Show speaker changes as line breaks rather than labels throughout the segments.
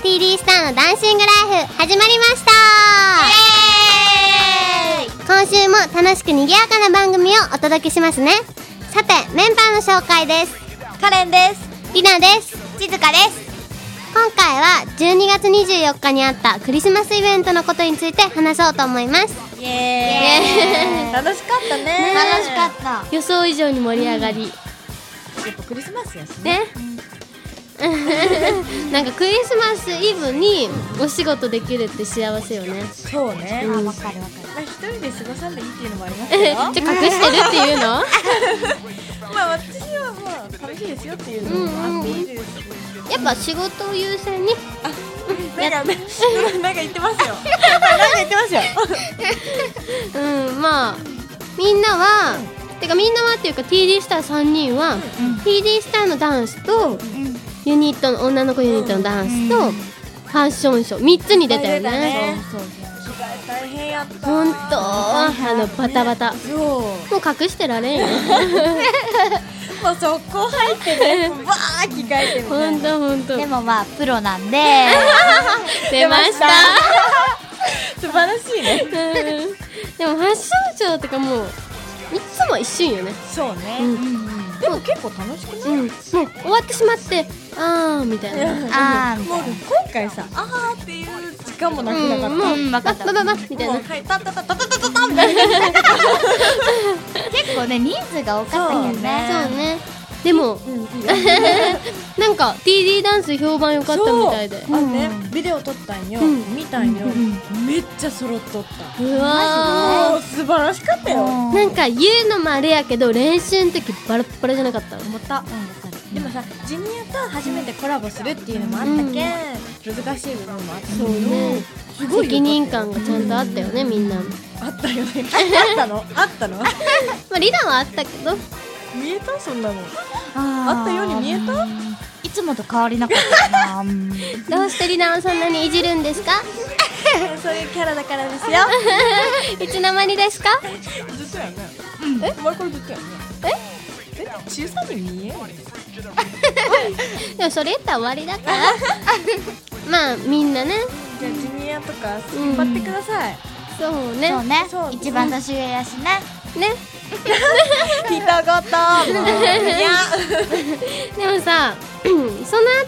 CD スターのダンシングライフ始まりました今週も楽しく賑やかな番組をお届けしますねさてメンバーの紹介です
カレンです
りなです
静香です
今回は12月24日にあったクリスマスイベントのことについて話そうと思います
イエーイ楽しかったね
楽しかった
予想以上に盛り上がり、
たやっぱクリスマスやし
ねなんかクリスマスイブにお仕事できるって幸せよね
そうね
あ
ま
わかるわか
あ一人で過ごさんでいいっていうのもありま
え
す
じ
よ
ゃあ隠してるっていうの
まあ私はまあ楽しいですよっていうのもあっていいです
やっぱ仕事を優先に
なんかなんか言ってますよ なんか言って ますよ
うんまあみんなは、てかみんなはっていうか TD スター3人は、TD スターのダンスと、ユニットの女の子ユニットのダンスと、ファッションショー3つに出たよね
そうそう着替え大変やった
本当あのバタバタも
そう
う隠してられんよ
もう速攻入ってねバー着替えてみたい
本
な
当本当
でもまあプロなんで
出ました
素晴らしいね
うんでもファッションショーとかもういつも一瞬よね
そうね、
うん
でも結構楽しくない、
うんもう終わってしまってあーみたいな
あ
もう今回さあーっていう時間もなくなかった、
うん
も
も
う
う
うんわかった
ババババみたいな
はいたたたたたたたたみたいな
ー結構ね人数が多かったけどね
そうねでも、なんか TD ダンス評判良かったみたいで
そうあねビデオ撮ったんよ、
うん
見たんよ、めっちゃ揃っとった、
うわ
もう素晴らしかったよ、
うん
ーなんか言うのもあれやけど練習の時バラッバラじゃなかった
思った、でもさジュニアと初めてコラボするっていうのもあったけ、ん、難しい部分もあったけど
ね
すごいよ
責任感がちゃんとあったよね、みんなま
あったよねあったのあったの
あリナはあったけど
見えたそんなの
あー
あったように見えた
いつもと変わりなかったなうん
どうしてリナをそんなにいじるんです か
そういうキャラだからですよ
いつの間にですか
ずっとやね、うん、えお前これずっとやねええ小さく見える
でもそれ言ったら終わりだから まあみんなね
じゃあジュニアとか引っ張ってください、
そうね
そうね
そう
一番年上やしね
ね
人ごともういや
でもさその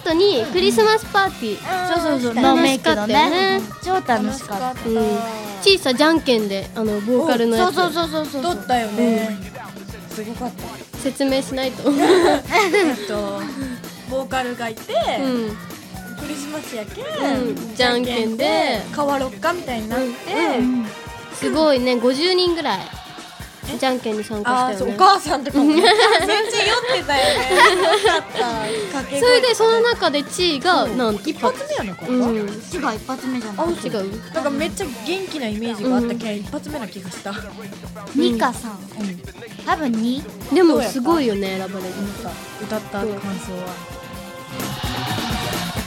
後にクリスマスパーティー、
そうそうそう
ノーメイクの
楽しかったよ
ね
ね
超楽しかった
うん、小さじゃんけんであのボーカルのや
そう
つ
そうそうそうそ う
撮ったよね、すごかった
説明しないとうん
えっとボーカルがいて、クリスマスやけ、
うんじゃんけんで
変わろっかみたいになって、
すごいね50人ぐらいじゃんけんに参
あ
加
あ
し
そ
た
う
よね
お母さんとかもめっちゃ酔ってたよねよかった掛け
そ
声
れでその中で地位がなんと
一発目やねこれは、
うん違う
違う一発目じゃない
なんかめっちゃ元気なイメージがあったけ、ん、一発目な気がしたなんか
ニカさん多分に
でもすごいよね選ばれ る
歌った感想は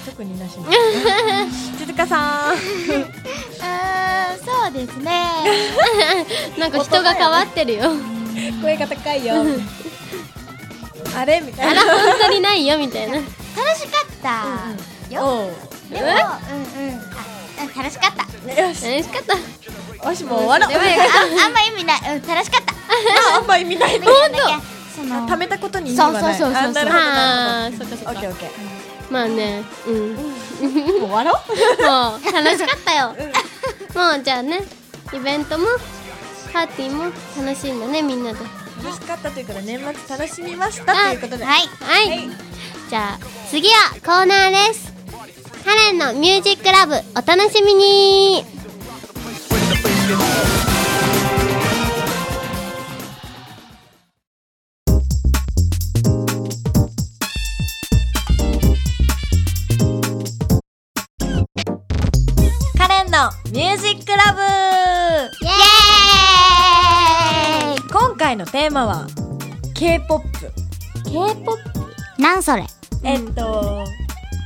特になしな静香さん
あーそうですね
なんか人が変わってる よ
声が高 いよあれみた
あ
い
ら
な
本当にないよみたいな
楽しかったよ
おう
でもうんうんあうん楽しかった
よし
楽しかった
わしもう終わろう
ああんま意味ないうん楽しかった
あんま意味な
ほ
い
んとその
貯めたことに意味はない
そうそうそうそう
あなるほどな
あ
る
ーそっかそ
ほどオ
っ
ッケーオ
か
ッケ
まあねうん
ーもう終わろう
もう楽しかったよ。もうじゃあね、イベントもパーティーも楽しいんだねみんなで。は
楽しかったということで年末楽しみましたということで
はい
い。じゃあ次はコーナーです。カレンのミュージックラブお楽しみに。
カレンのミュージックラブ
イエーイ。
今回のテーマは K-POP
K-pop。
なんそれ
えっと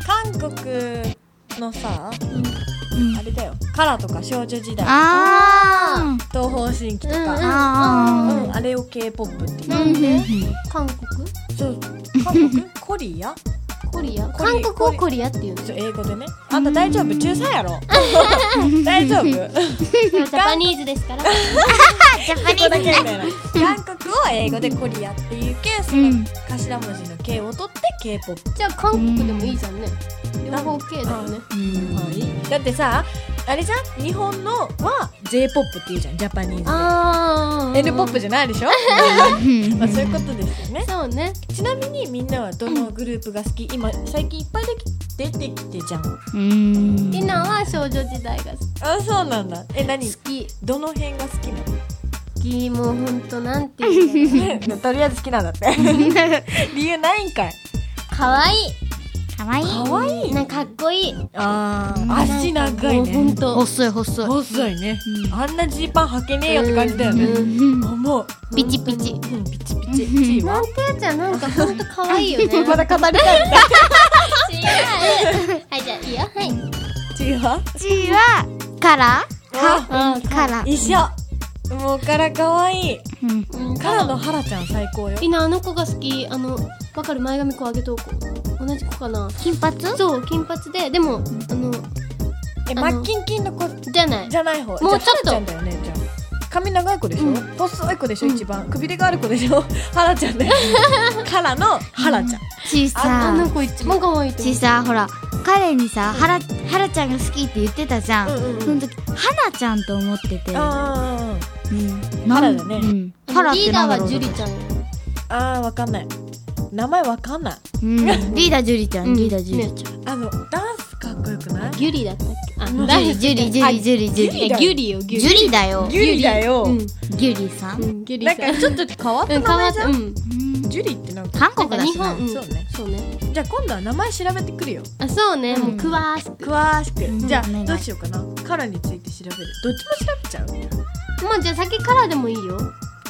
韓国のさ、あれだよカラとか少女時代
あ
東方神起と
ー
か、うん
あ
あれを K-POP っていう
なんで？韓国？
そう韓国コリア
ー
コリア
コリ
韓国をコリアっていうの
ちょ英語でねあんた大丈夫中3やろ大丈夫
ジャパニーズですから
ジャパニ
ここだ
ーズ
けみ
ね
たいな韓国を英語でコリアっていうケース
うん
の頭文字の K を取って k p o p
じゃあ韓国でもいいじゃんね両方 OK だよね
だってさあれじゃん日本のは j p o p っていうじゃんジャパニーズで
ああ
n p o p じゃないでしょまあそういうことですよね
そうね
ちなみにみんなはどのグループが好き今最近いっぱいでき出てきてじゃん
うん
りなは少女時代が好
あそうなんだえ何
き
どの辺が好きなの
好きもうほんとなんていうの
とりあえず好きなんだって理由ないんかい
かわい
かわいい
可愛
いなんかかっこいい
あー足長い
もうほん
ね
と
細い細
細いね
うん
あんなジーパン履けねえよって感じだよね
うん
うん
思う
ピチピチ
うんピチピチチー
な
は
んてやつはなんかほんとかわいいよね 違う
まだ語りたいんだ
はいじゃあいいよはい
チーは
ちはカラ
あ
あ
カラ
一緒もうから可愛い
うん
うん
カラのハラちゃん最高よ
りなあの子が好きあのわかる前髪こう上げとこう同じ子かな
金髪
そう金髪ででもあの
え
あの
マッキンキンの子
じゃない
じゃない方
もうちょっと
じゃあハラちゃんだよねじゃあ髪長い子でしょ、
うん
細い子でしょ、
うん
一番くびれがある子でしょ ハラちゃんだよね カラのハラちゃん、
ち
あ
さ
の子一番可愛いと思
ち
う
さほら彼にさハラハラちゃんが好きって言ってたじゃん、
うんうん
その時花ちゃんと思ってて、
あ
うん
ハラだね
うん
あの
ハラっ
リ
て
ーダ
な
ー
んだろ
は
う
ジュリちゃんよ
ーあーわかんない名前わかんない
うん、リーダージュリちゃん、
うん
リーダージュリちゃん、
あのダンスかっこよくない
ギュリだったっけあ
うん
誰
ジュリジュリジュリジュ
え
リ
だよ
ギュ
ジュリだよ
リよギュリ
ギュリだよ、
うん
ギュリさん、
うんギュリ
なん
さん
かちょっと変わっ
う
た
ん変
名
わ
前
っ
じ
た
ゃ、
うんん
ジュリってなんか
韓国だ
日
しな
本うん
そうね
そうね
じゃあ今度は名前調べてくるよ
あそうね
うん
もう詳しく
詳しく、
ん
じゃ
お願
あ
い
どうしようかなカラについて調べるどっちも調べちゃう
もうじゃあ先からでもいいよ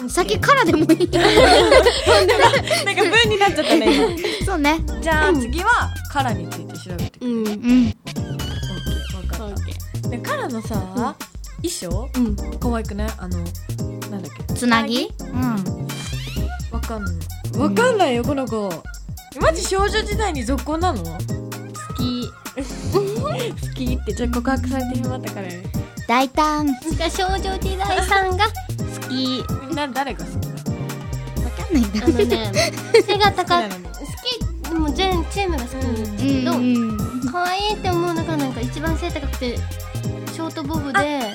先からでもいい
なんか文になっちゃったね今
そうね
じゃあ次はカラについて調べて
うんオ
う
ッ
ん
オッケー
ケ
分かっ
ー
たでカラのさ、衣装
うん
可愛くないあのなんだっけ
つなぎうん
わかんないわかんないよこの子マジ少女時代に続行なの好
好き
きってじゃあ告白されてしまったからね
大胆わ
しか少女時代さんが好き
な誰が好きな
かんないんだ
あのね背が高く
好きなの
好きでも全チームが好きなんだけど、
うん
可愛いって思うのがなんか一番背高くてショートボブで
あ
ね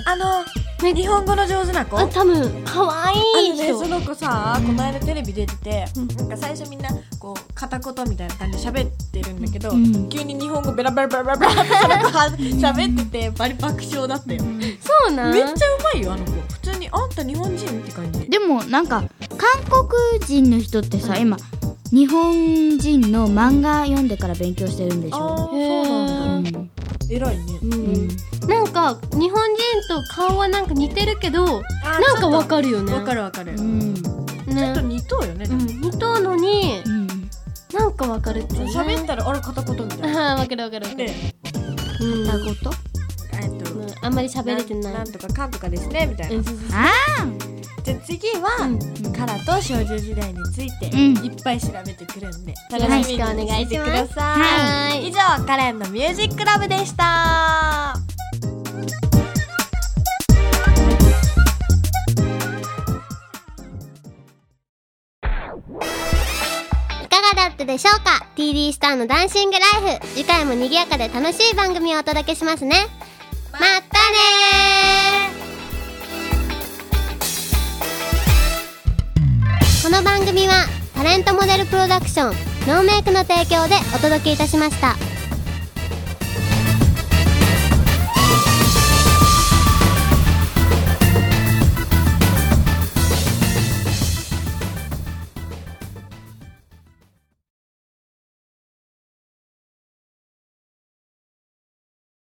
の日本語の上手な子
あ多分可
あ
愛い
のね
人、
その子さこの間テレビ出てて、
うん
なんか最初みんなこう片言みたいな感じで喋ってるんだけど、
うん
急に日本語ベラベラベラベラベラってその子は喋っててバリ爆笑だったよ、
そうなん
めっちゃうまいよあの子普通にあんた日本人って感じ
でもなんか韓国人の人ってさ今日本人の漫画読んでから勉強してるんでしょ
あーそう
う
なんだ
ん
偉いね
うん
うん
なんか日本人と顔はなんか似てるけど
あー
なんかわかるよね
わかるわかる、
う
ち
ん
ょ
ね
っと似とうよね、
うん、似とうのに
うん
なんかわかるっていうね
喋ったらあれ片言みたいな
あーわかるわかるわかる、
で
うん
双子と
えっと
うんあんまり喋れてない
んんとかかんとかですねみたいな、
うんそうそう
あ
じゃあ次は、
うん
カラと少女時代について
うん
いっぱい調べてくるんで、
ん
楽しみにしててくださ
は
い、
ーい
以上カレンのミュージックラブでした
いかがだったでしょうか TD スターのダンシングライフ次回も賑やかで楽しい番組をお届けしますねまったねーこの番組はタレントモデルプロダクションノーメイクの提供でお届けいたしました。